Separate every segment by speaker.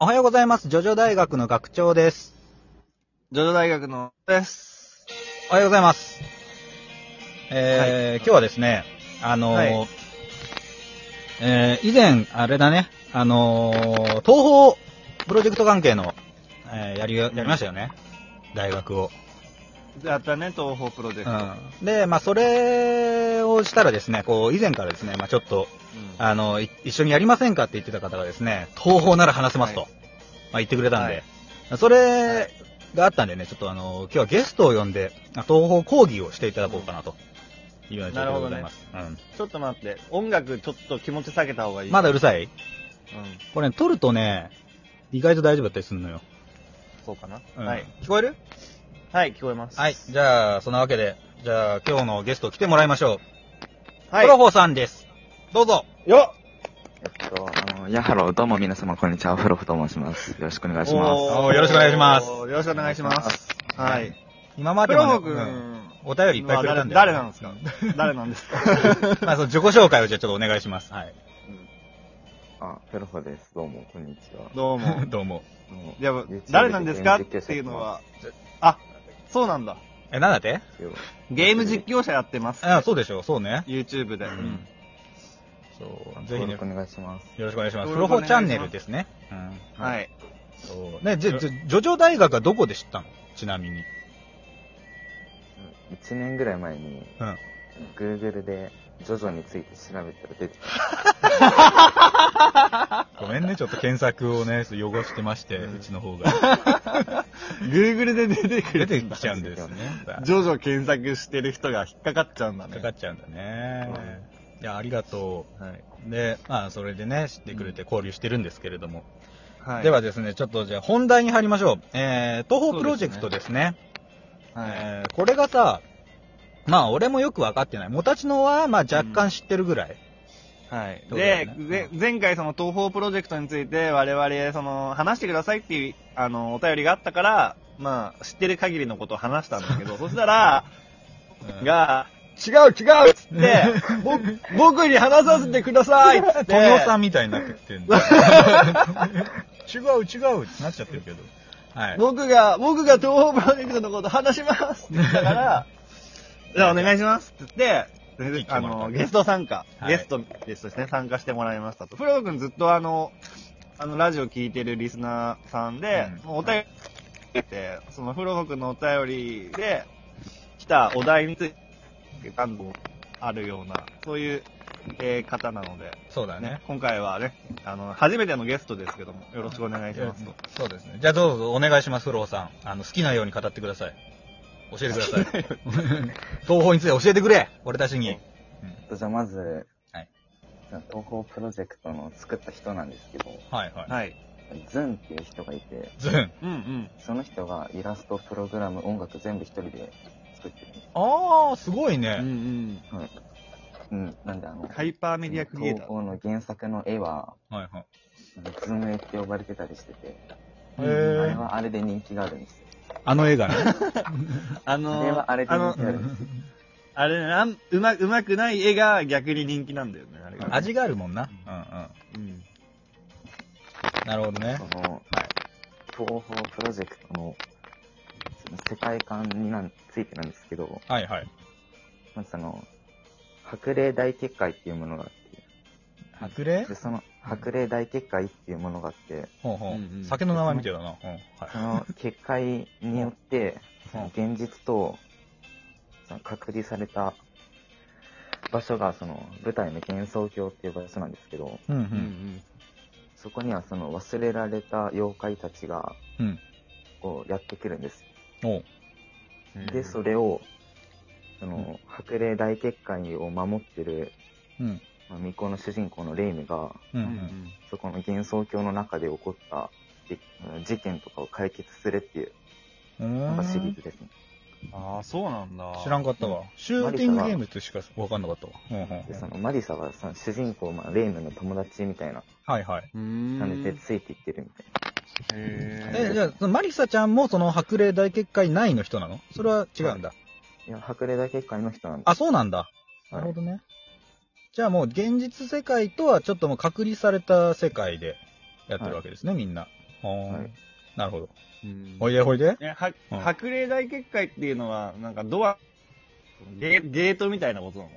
Speaker 1: おはようございます。ジョジョ大学の学長です。
Speaker 2: ジョジョ大学のです。
Speaker 1: おはようございます。えー今日はですね、あのー
Speaker 2: はい
Speaker 1: えー以前、あれだね、あのー東方プロジェクト関係の、えーやり、やりましたよね。大学を。
Speaker 2: やったね、東方プロジェクト。
Speaker 1: うん。で、まあ、それをしたらですね、こう、以前からですね、まあ、ちょっと、
Speaker 2: うん
Speaker 1: あの、い一緒にやりませんかって言ってた方がですね、東方なら話せますと、
Speaker 2: はい
Speaker 1: まあ、言ってくれたんで、
Speaker 2: はい
Speaker 1: そ
Speaker 2: は
Speaker 1: れ
Speaker 2: い
Speaker 1: があったんでね、ちょっとあの、今日はゲストを呼んで、東方講義をしていただこうかなと。いうような状況でございます、
Speaker 2: ちょっと待って、音楽ちょっと気持ち下げた方が
Speaker 1: う
Speaker 2: いい。
Speaker 1: ん。まだう
Speaker 2: うん。
Speaker 1: るさいこれ、ね、撮るとね、意外と大丈夫だったりするのよ。
Speaker 2: そうかな。
Speaker 1: うん
Speaker 2: はい。。
Speaker 1: 聞こえる
Speaker 2: はい、聞こえます。
Speaker 1: はい。。じゃあ、そんなわけで、じゃあ、今日のゲスト来てもらいましょう。
Speaker 2: は
Speaker 1: トロ
Speaker 2: い。
Speaker 1: ホさんです。どうぞ。
Speaker 2: よっ
Speaker 3: えっと、あの、やはろ、どうも皆様、こんにちは。フロフと申します。よろしくお願いします。
Speaker 1: おーよろしくお願いします
Speaker 2: よろしくお願いします。はい。
Speaker 1: 今ま
Speaker 2: プ
Speaker 1: でも
Speaker 2: ロ
Speaker 1: ね、
Speaker 2: ホ君
Speaker 1: うん
Speaker 2: は
Speaker 1: お便りいっぱいくれたん
Speaker 2: 誰
Speaker 1: で。
Speaker 2: 誰なんですか誰なんですか
Speaker 1: まあ、その自己紹介をじゃあちょっとお願いします。はい。
Speaker 3: あ、フロフです。どうも、こんにちは。
Speaker 2: どう も。
Speaker 1: どうも。
Speaker 3: どうも
Speaker 2: でも
Speaker 3: YouTube
Speaker 2: 誰なんですかっていうのは、あ、そうなんだ。
Speaker 1: え、なんだって
Speaker 3: ゲーム実況
Speaker 2: ゲー
Speaker 3: やってま
Speaker 2: ム実況者やってます。
Speaker 1: あ、そうでしょう、そうね。
Speaker 2: YouTube で。
Speaker 1: んそう、
Speaker 3: す
Speaker 1: ぜ
Speaker 3: よ。
Speaker 1: ひね、よ
Speaker 3: よろしくお願いします。
Speaker 1: ろしくお願いします。
Speaker 2: 登
Speaker 1: 黒
Speaker 2: 録
Speaker 1: 穂
Speaker 2: お願い
Speaker 1: チャンネルですね。うん。
Speaker 2: はい。
Speaker 1: そう。ね、じゃ、じゃ、ジョジョ大学はどこで知ったのちなみに。
Speaker 3: うん一年ぐらい前に、
Speaker 1: うん。
Speaker 3: Google で、ジョジョについて調べたら出てきた。
Speaker 1: ごめんね、ちょっと検索をね、 汚してまして、うちの方が。
Speaker 2: Google で出てく
Speaker 1: 出
Speaker 2: る
Speaker 1: て
Speaker 2: んだ
Speaker 1: きちゃうんですね。
Speaker 2: ジョジョ検索してる人が引っかかっちゃうんだ
Speaker 1: か
Speaker 2: ね。
Speaker 1: かっちゃうんだね。いや、ありがと
Speaker 2: はい。
Speaker 1: う。で、まあ、それでね、知ってくれて交流してるんですけれども。
Speaker 2: はい。
Speaker 1: ではですね、ちょっとじゃあ本題に入りましょう。えー、東方プロジェクトですね。
Speaker 2: はい、
Speaker 1: えーこれがさ、まあ俺もよく分かってない。もたちのは、まあ若干知ってるぐらい。
Speaker 2: はい。
Speaker 1: そうだよ
Speaker 2: で
Speaker 1: ね、
Speaker 2: ぜ前回その東方プロジェクトについて我々、その、話してくださいっていう、あの、お便りがあったから、まあ、知ってる限りのことを話したんだけ ど、そしたら、
Speaker 1: うん
Speaker 2: が、違う違うっつ って、ぼ僕に話させてくださいっつって。
Speaker 1: トニオさんみたいになってきてるんだ 違う違うってなっちゃってるけど。はい。
Speaker 2: 僕が、僕が東方プロジェクトのこと話しますって言っ たから、じゃあお願いしますって言って、
Speaker 1: 一気
Speaker 2: あ
Speaker 1: にもらった
Speaker 2: の、ゲスト参加、
Speaker 1: はい
Speaker 2: ゲストゲストですね、参加してもらいましたと。フロ君ずっとあの、あの、ラジオ聞いてるリスナーさんで、
Speaker 1: うん
Speaker 2: お便りって、そのフロ君のお便りで来たお題について何度もあるような、そういう、えー方なので、
Speaker 1: そうだね
Speaker 2: ね。、今回はね、あの、初めてのゲストですけども、よろしくお願いしますと。
Speaker 1: そうですね。じゃあどうぞお願いします、フローさん。あの、好きなように語ってください。教えてください。 東方について教えてくれ俺たちに。
Speaker 3: じゃあ、まず、
Speaker 1: はい
Speaker 3: じゃあ東方プロジェクトの作った人なんですけど、
Speaker 1: はいは
Speaker 2: はい。
Speaker 3: ズンっていう人がいて、
Speaker 1: い。ズン。
Speaker 2: うんうん。
Speaker 3: その人がイラスト、プログラム、音楽全部一人で作ってるんです。
Speaker 1: あー、すごい
Speaker 2: うんう
Speaker 1: ね。
Speaker 2: ん。
Speaker 3: うん、なんであの、
Speaker 2: ハイパーメディアクリエイタ
Speaker 3: 投稿の原作の絵は、
Speaker 1: はいはい。
Speaker 3: ズンエって呼ばれてたりしてて、
Speaker 1: へ
Speaker 2: うん
Speaker 3: あれ
Speaker 1: ー。
Speaker 3: はあれで人気があるんですよ。
Speaker 1: あの映画ね。
Speaker 2: ー。あのー、
Speaker 3: あれはあれで人
Speaker 2: の
Speaker 3: 気があるんですよ。
Speaker 2: あれなん、うま、うまくない絵が逆に人気なんだよね、あれ が。
Speaker 1: 味があるもんな。う
Speaker 2: ううん。
Speaker 1: んうん。なるほどね。
Speaker 3: その、東方プロジェクトのその世界観になんついてなんですけど、
Speaker 1: はいはい。
Speaker 3: まずその、白霊大結界っていうものがあっ
Speaker 1: 白麗
Speaker 3: て、で、その白霊大結界っていうものがあって、
Speaker 1: ほうほう、
Speaker 2: うんうん
Speaker 1: 酒の名前みたいだな。うん。はい。
Speaker 3: その結界によって、そ
Speaker 1: うん
Speaker 3: の現実と、その隔離された場所が、その舞台の幻想郷っていう場所なんですけど、
Speaker 1: うんう。
Speaker 2: うんん
Speaker 3: そこにはその忘れられた妖怪たちが、
Speaker 1: うん。
Speaker 3: こうやってくるんです。
Speaker 1: おう
Speaker 2: うん。
Speaker 3: で、それを、その、白霊大結界を守ってる、
Speaker 1: うん。
Speaker 3: まあ、未婚の主人公のレイムが、
Speaker 1: うんう。
Speaker 2: うんうんん。
Speaker 3: そこの幻想郷の中で起こったでうん事件とかを解決するっていう、
Speaker 1: う
Speaker 3: なんかシリ
Speaker 1: ー
Speaker 3: ー
Speaker 1: ん
Speaker 3: ズですね。
Speaker 2: ああ、そうなんだ。
Speaker 1: 知らんかったわ。シューティングゲームとしかわかんなかったわ。うんうんうん。
Speaker 3: で、その、マリサはその主人公、まあ、レイムの友達みたいな
Speaker 1: はいはい。
Speaker 2: うーん。
Speaker 3: 感じでついていってるみたい
Speaker 1: え、
Speaker 2: へ
Speaker 1: じゃあ、そのマリサちゃんもその白麗大結界内の人なのそれは違うんだ。
Speaker 3: な。いや、白霊大結界の人なんで
Speaker 1: あ、そうなんだ。
Speaker 3: す。
Speaker 1: なる
Speaker 3: は
Speaker 1: ほ
Speaker 3: い
Speaker 1: どね。じゃあもう現実世界とはちょっともう隔離された世界でやってるわけですね、みんな。おー
Speaker 3: はい
Speaker 1: なるほど。
Speaker 2: うん
Speaker 1: おいでほいで。
Speaker 2: ね、は
Speaker 1: うん
Speaker 2: 白麗大結界っていうのは、なんかドア、ゲゲートみたいなことなの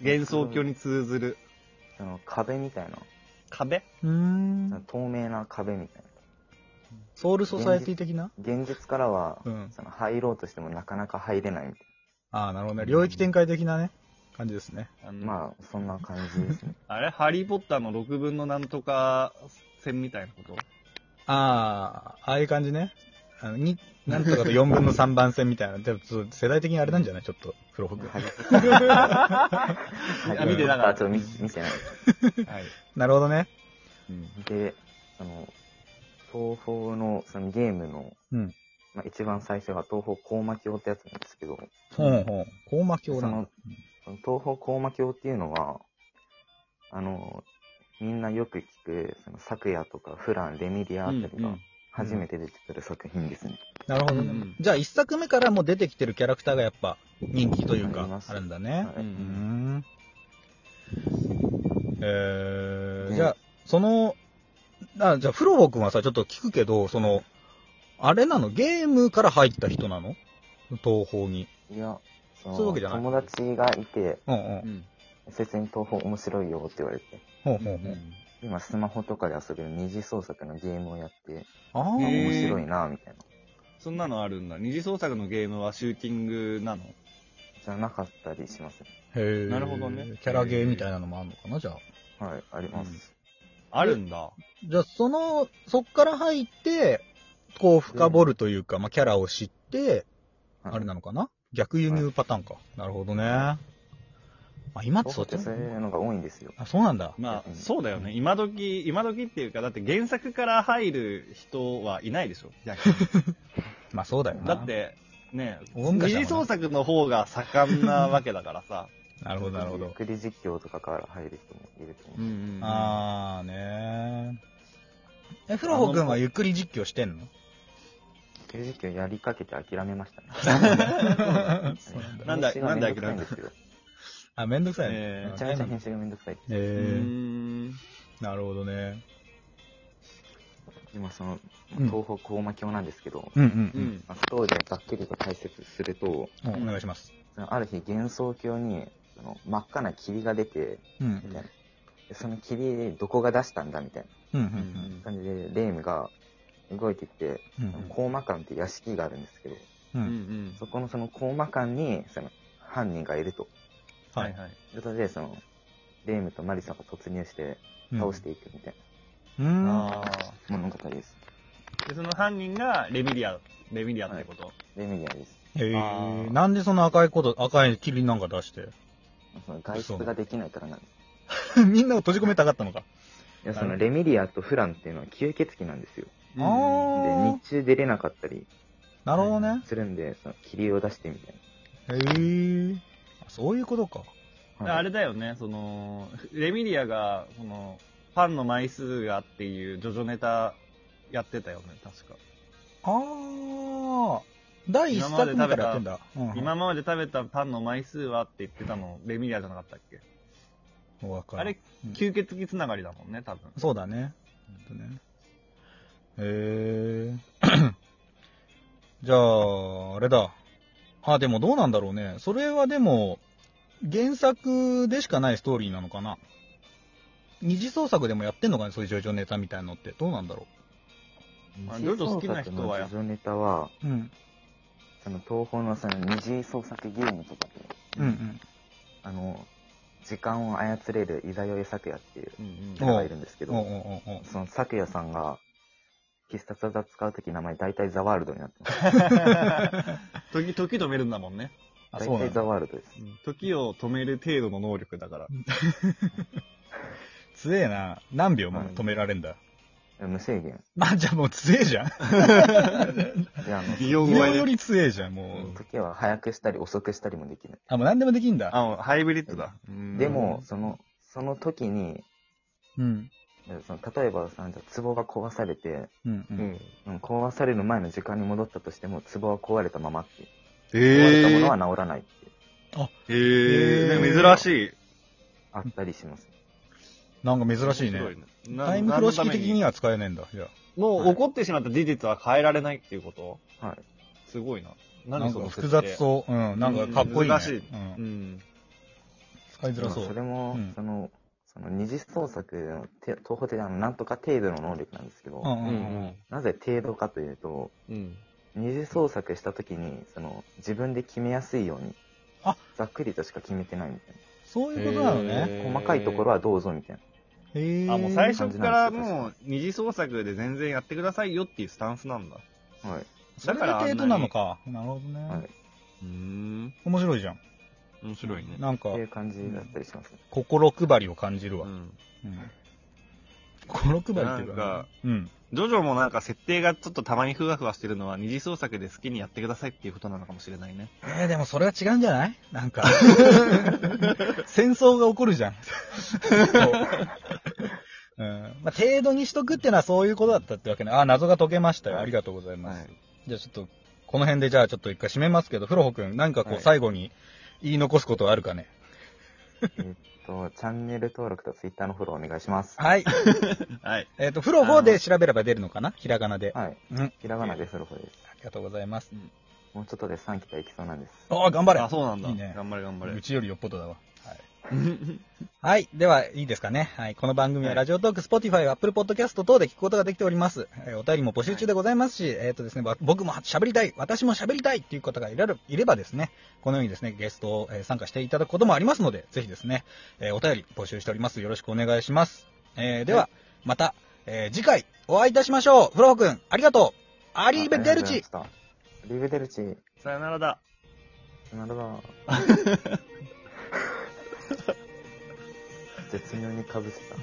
Speaker 2: 幻想郷に通ずる
Speaker 3: その壁みたいな、
Speaker 2: 壁
Speaker 1: うー
Speaker 3: その
Speaker 1: ん。
Speaker 3: 透明な壁みたいな。
Speaker 1: ソウルソサエティ的な
Speaker 3: 現実からは、
Speaker 1: うん
Speaker 3: その入ろうとしてもなかなか入れないみたい
Speaker 1: ああ、なるほどね。領域展開的なね、感じですね。
Speaker 2: あ
Speaker 3: な。
Speaker 2: の
Speaker 3: まあ、そんな感じです ね。
Speaker 2: あれハリーポッターの6分のなんとか線みたいなこと
Speaker 1: ああ、ああいう感じね。あの、に、なんとかと4分の3番線みたいな。でも、ちょっと世代的にあれなんじゃないちょっと、黒服。
Speaker 3: ハリ
Speaker 2: あ見てなかった
Speaker 3: ちょっと見見てない。
Speaker 2: はい。
Speaker 1: なるほどね。
Speaker 3: で、あの、東宝の、そのゲームの、
Speaker 1: うん
Speaker 3: まあ、一番最初が東宝高魔教ってやつなんですけど、
Speaker 1: ほんほん。高魔教な
Speaker 3: そ
Speaker 1: ん
Speaker 3: の
Speaker 1: だ。
Speaker 3: その東宝高魔教っていうのは、あの、みんなよく聞く、その、昨夜とか、フラン、レミリアあたりが、初めて出てくる作品ですね。
Speaker 1: なるほどね。
Speaker 2: うん
Speaker 1: じゃあ、一作目からもう出てきてるキャラクターがやっぱ、人気という
Speaker 3: あり
Speaker 1: か
Speaker 3: ま、す
Speaker 1: あるんだね。
Speaker 3: は
Speaker 2: う
Speaker 3: い
Speaker 1: うんーん。えー、
Speaker 3: ね
Speaker 1: じゃあ、その、あじゃあ、フロボ君はさ、ちょっと聞くけど、その、あれなのゲームから入った人なの東宝に。
Speaker 3: いや、
Speaker 1: そう
Speaker 3: そ
Speaker 1: いうわ
Speaker 3: の、
Speaker 1: けじゃない
Speaker 3: 友達がいて、
Speaker 1: うんうん
Speaker 2: う。ん。
Speaker 3: 説に東宝面白いよって言われて、
Speaker 1: ほうほう
Speaker 2: う
Speaker 1: ほう。
Speaker 2: ん
Speaker 3: 今スマホとかで遊べる二次創作のゲームをやって、
Speaker 1: ああ、
Speaker 2: へー
Speaker 3: 面白いなみたいな。
Speaker 2: そんなのあるんだ。二次創作のゲームはシューティングなの
Speaker 3: じゃなかったりしますね。
Speaker 1: へえ。
Speaker 2: なるほどね
Speaker 1: キャラゲーみたいなのもあるのかな、じゃあ。
Speaker 3: はい、あります。
Speaker 2: あるんだ。
Speaker 1: じゃあ、その、そっから入って、こう、深掘るというか、まあ、キャラを知って、
Speaker 3: はい
Speaker 1: あれなのかな逆輸入パターンか。なるほどね。まあ、今ってそ
Speaker 3: そう
Speaker 1: っち
Speaker 3: ってそういうのが多いんですよ。
Speaker 1: あ、そうなんだ。
Speaker 2: ま
Speaker 3: う
Speaker 2: あ、
Speaker 3: ん
Speaker 2: そうだよね。今時、今時っていうか、だって原作から入る人はいないでしょ逆に
Speaker 1: まあ、そうだよな。
Speaker 2: だっ。て、ね、
Speaker 1: 大昔だもん
Speaker 2: 二
Speaker 1: ね
Speaker 2: 次創作の方が盛んなわけだからさ。
Speaker 1: なるほど、なるほ
Speaker 3: ゆっ
Speaker 1: ど。
Speaker 3: くり実況とかから入る人もいると思う。
Speaker 2: ん
Speaker 1: あーねー。え、フロホ君はゆっくり実況してんの
Speaker 3: ゆっくり実況やりかけて諦めましたね。
Speaker 2: なんだ
Speaker 3: 編集がめどくさい
Speaker 2: なんだ諦め
Speaker 3: んですよ。
Speaker 1: あ、めんどくさいね。
Speaker 2: えー
Speaker 3: めちゃめちゃ編集がめんどくさい。
Speaker 2: う
Speaker 1: えー、
Speaker 2: ん。
Speaker 1: なるほどね。
Speaker 3: 今その、
Speaker 1: うん
Speaker 3: 東方高魔教なんですけど、
Speaker 1: うん
Speaker 2: う
Speaker 1: うん
Speaker 2: ん。
Speaker 3: まあストーリーをざっくりと解説すると、
Speaker 1: うん。お願いします。
Speaker 3: そのある日幻想郷にその真っ赤な霧が出て、
Speaker 1: うん。
Speaker 3: みたいな。でその霧どこが出したんだみたい
Speaker 1: うんうんう。
Speaker 2: うん
Speaker 3: な感じで、レイムが動いてきて、
Speaker 1: う
Speaker 3: その
Speaker 1: ん
Speaker 3: 高魔館って屋敷があるんですけど、
Speaker 1: うん
Speaker 2: うん
Speaker 1: うん。
Speaker 2: ん
Speaker 3: そこのその高魔館に、その、犯人がいると。
Speaker 2: はいはい。
Speaker 3: でそれで、その、レイムとマリさんが突入して、倒していくみたい
Speaker 1: うん。
Speaker 2: あ
Speaker 3: な物語です。
Speaker 2: あ。で、その犯人がレミリア、レミリアってこと。
Speaker 3: レメディアです。
Speaker 1: へえ
Speaker 2: あ。ー
Speaker 1: なんでその赤いこと、赤い霧なんか出して。
Speaker 3: その外出ができないからなんです。
Speaker 1: みんなを閉じ込めたかったのか。
Speaker 3: いや、そのレミリアとフランっていうのは吸血鬼なんですよ。
Speaker 1: あ
Speaker 3: で、
Speaker 1: ー
Speaker 3: 日。中出れなかったり
Speaker 1: なるほどね。
Speaker 3: するんで、その霧を出してみたい
Speaker 1: へえ。あそういうことか。
Speaker 3: な。はい
Speaker 2: あれだよね、その、レミリアが、その、パンの枚数がっていうジョジョネタやってたよね、確か。
Speaker 1: あー。第一作目からやってんだ。うん
Speaker 2: 今まで食べたパンの枚数はって言ってたの、レミリアじゃなかったっけ
Speaker 1: わかる。
Speaker 2: あれ、
Speaker 1: うん
Speaker 2: 吸血鬼つながりだもんね、多分。
Speaker 1: そうだね。ほんとねへえ。 じゃあ、あれだ。あ、でもどうなんだろうね。それはでも、原作でしかないストーリーなのかな。二次創作でもやってんのかね、そういうジョジョネタみたいのって。どうなんだろ
Speaker 2: あジョジョ好きな人はや
Speaker 3: 二次創作のジョジョネタは、
Speaker 1: う。うん。
Speaker 3: その東方のその二次創作ゲームとかで、
Speaker 1: うんうん。
Speaker 3: あの、時間を操れるイザヨエサクヤっていう
Speaker 2: うん
Speaker 3: キャラがいるんですけ
Speaker 1: おうおう
Speaker 3: ど、
Speaker 1: おうおう
Speaker 3: そのサクヤさんが必殺技使うとき名前大体ザワールドになってます。
Speaker 2: 時、時止めるんだもんね。
Speaker 1: あ、
Speaker 3: 大
Speaker 1: そうな
Speaker 3: 体
Speaker 1: ん
Speaker 3: ザ
Speaker 1: だ。
Speaker 3: ワールドです。
Speaker 2: 時を止める程度の能力だから。
Speaker 1: 強えな。何秒も
Speaker 3: うん
Speaker 1: 止められんだ。
Speaker 3: 無制限。
Speaker 1: あ、じゃあもう強えじゃん。
Speaker 3: で、あの、
Speaker 2: ビヨン
Speaker 1: 日
Speaker 2: 超
Speaker 1: 本
Speaker 2: え
Speaker 1: よ
Speaker 2: で。
Speaker 1: り強えじゃん、もう。
Speaker 3: 時は早くしたり遅くしたりもできる。
Speaker 1: あ、もう何でもできんだ。
Speaker 2: あ、もうハイブリッドだ。うん
Speaker 3: でも、、その、その時に、
Speaker 1: うん。
Speaker 3: その例えばさ、じゃあ壺が壊されて、
Speaker 1: うんう。
Speaker 2: うんん。
Speaker 3: うん壊される前の時間に戻ったとしても、壺は壊れたままって。
Speaker 2: え
Speaker 3: 壊れたも
Speaker 2: ー
Speaker 3: のは治らないって、
Speaker 2: へえ珍しい。
Speaker 3: あったりします。
Speaker 1: なんか珍しいね。
Speaker 2: 面白いね。な
Speaker 1: タイムフロー式的には使えねえんだ、じゃあ。
Speaker 2: の、
Speaker 3: はい
Speaker 2: 起こってしまった事実は変えられないっていうこと
Speaker 3: はい。
Speaker 2: すごいな。
Speaker 1: な
Speaker 2: 何
Speaker 1: ん
Speaker 2: そ
Speaker 1: か
Speaker 2: の
Speaker 1: 複雑
Speaker 2: う。
Speaker 1: そう。うん、なんかかっこいい、ね。
Speaker 2: 難しい
Speaker 1: うん
Speaker 2: うん。
Speaker 1: 使いづらそ
Speaker 3: まあ
Speaker 1: う。
Speaker 3: れも、
Speaker 1: うん
Speaker 3: その、その二次創作のて東宝的ななんとか程度の能力なんですけど、
Speaker 1: うんうん
Speaker 2: う
Speaker 1: うん。
Speaker 2: ん。
Speaker 3: なぜ程度かというと、
Speaker 2: うん。
Speaker 3: 二次創作した時に、その、自分で決めやすいように、
Speaker 1: あ
Speaker 3: ざっくりとしか決めてないみたい
Speaker 1: そういうことなのね。
Speaker 3: な。細かいところ
Speaker 2: は。
Speaker 3: はどうぞみたいな。
Speaker 1: へえ。
Speaker 2: あ、もう最
Speaker 3: 初
Speaker 2: 初からもう二次創作で全然やってくださいよっていうスタンスなんだ。
Speaker 3: はい。
Speaker 1: それが程度なのか。なるほどね、
Speaker 3: はい。
Speaker 2: うん。
Speaker 1: 面白いじゃん。
Speaker 2: 面白いね。
Speaker 1: なんか
Speaker 3: って、いう感じだったりしますね。
Speaker 1: 心配りを感じるわ。
Speaker 2: ん。
Speaker 1: うん心配りっていう
Speaker 2: な
Speaker 1: か
Speaker 2: んか、
Speaker 1: うん。
Speaker 2: ジョジョもなんか設定がちょっとたまにふわふわしてるのは二次創作で好きにやってくださいっていうことなのかもしれないね。
Speaker 1: えー、でもそれは違うんじゃないなんか、戦争が起こるじゃん。うんまあ、程度にしとくってのはそういうことだったってわけね。あー、謎が解けましたよ。ありがとうございます。じゃあちょっと、この辺でじゃあちょっと一回締めますけど、フロホ君、なんかこ
Speaker 3: は
Speaker 1: う
Speaker 3: い
Speaker 1: 最後に言い残すことはあるかね
Speaker 3: と、チャンネル登録とツイッターのフォローお願いします。
Speaker 1: はい。
Speaker 2: はい。
Speaker 1: えっ、と、フロホで調べれば出るのかなひらがなで。あ
Speaker 3: はい。
Speaker 1: うん
Speaker 3: ひらがなでソルフォです。
Speaker 1: りがとうございます。
Speaker 3: もうちょっとで3期がいきそうなんです。
Speaker 1: ああ、頑張れ
Speaker 2: あ、そうなんだ。
Speaker 1: いいね
Speaker 2: 頑張れ頑張
Speaker 1: う
Speaker 2: れ。
Speaker 1: ちよりよっぽどだわ。はい。はい。では、いいですかね。はい。この番組は、
Speaker 2: はい
Speaker 1: ラジオトーク、スポティファイ、アップルポッドキャスト等で聞くことができております。えーお便りも募集中でございますし、えっ、とですね、わ僕も喋りたい、私も喋りたいっていう方がいられいればですね、このようにですね、ゲストをえー参加していただくこともありますので、ぜひですね、えーお便り募集しております。よろしくお願いします。えーでは、また、えー次回お会いいたしましょう。フロホ君、ありがとう。アリーベデルチ。
Speaker 3: あアリーベデルチ。
Speaker 2: さよならだ。
Speaker 3: なるほど。絶妙にかぶせた。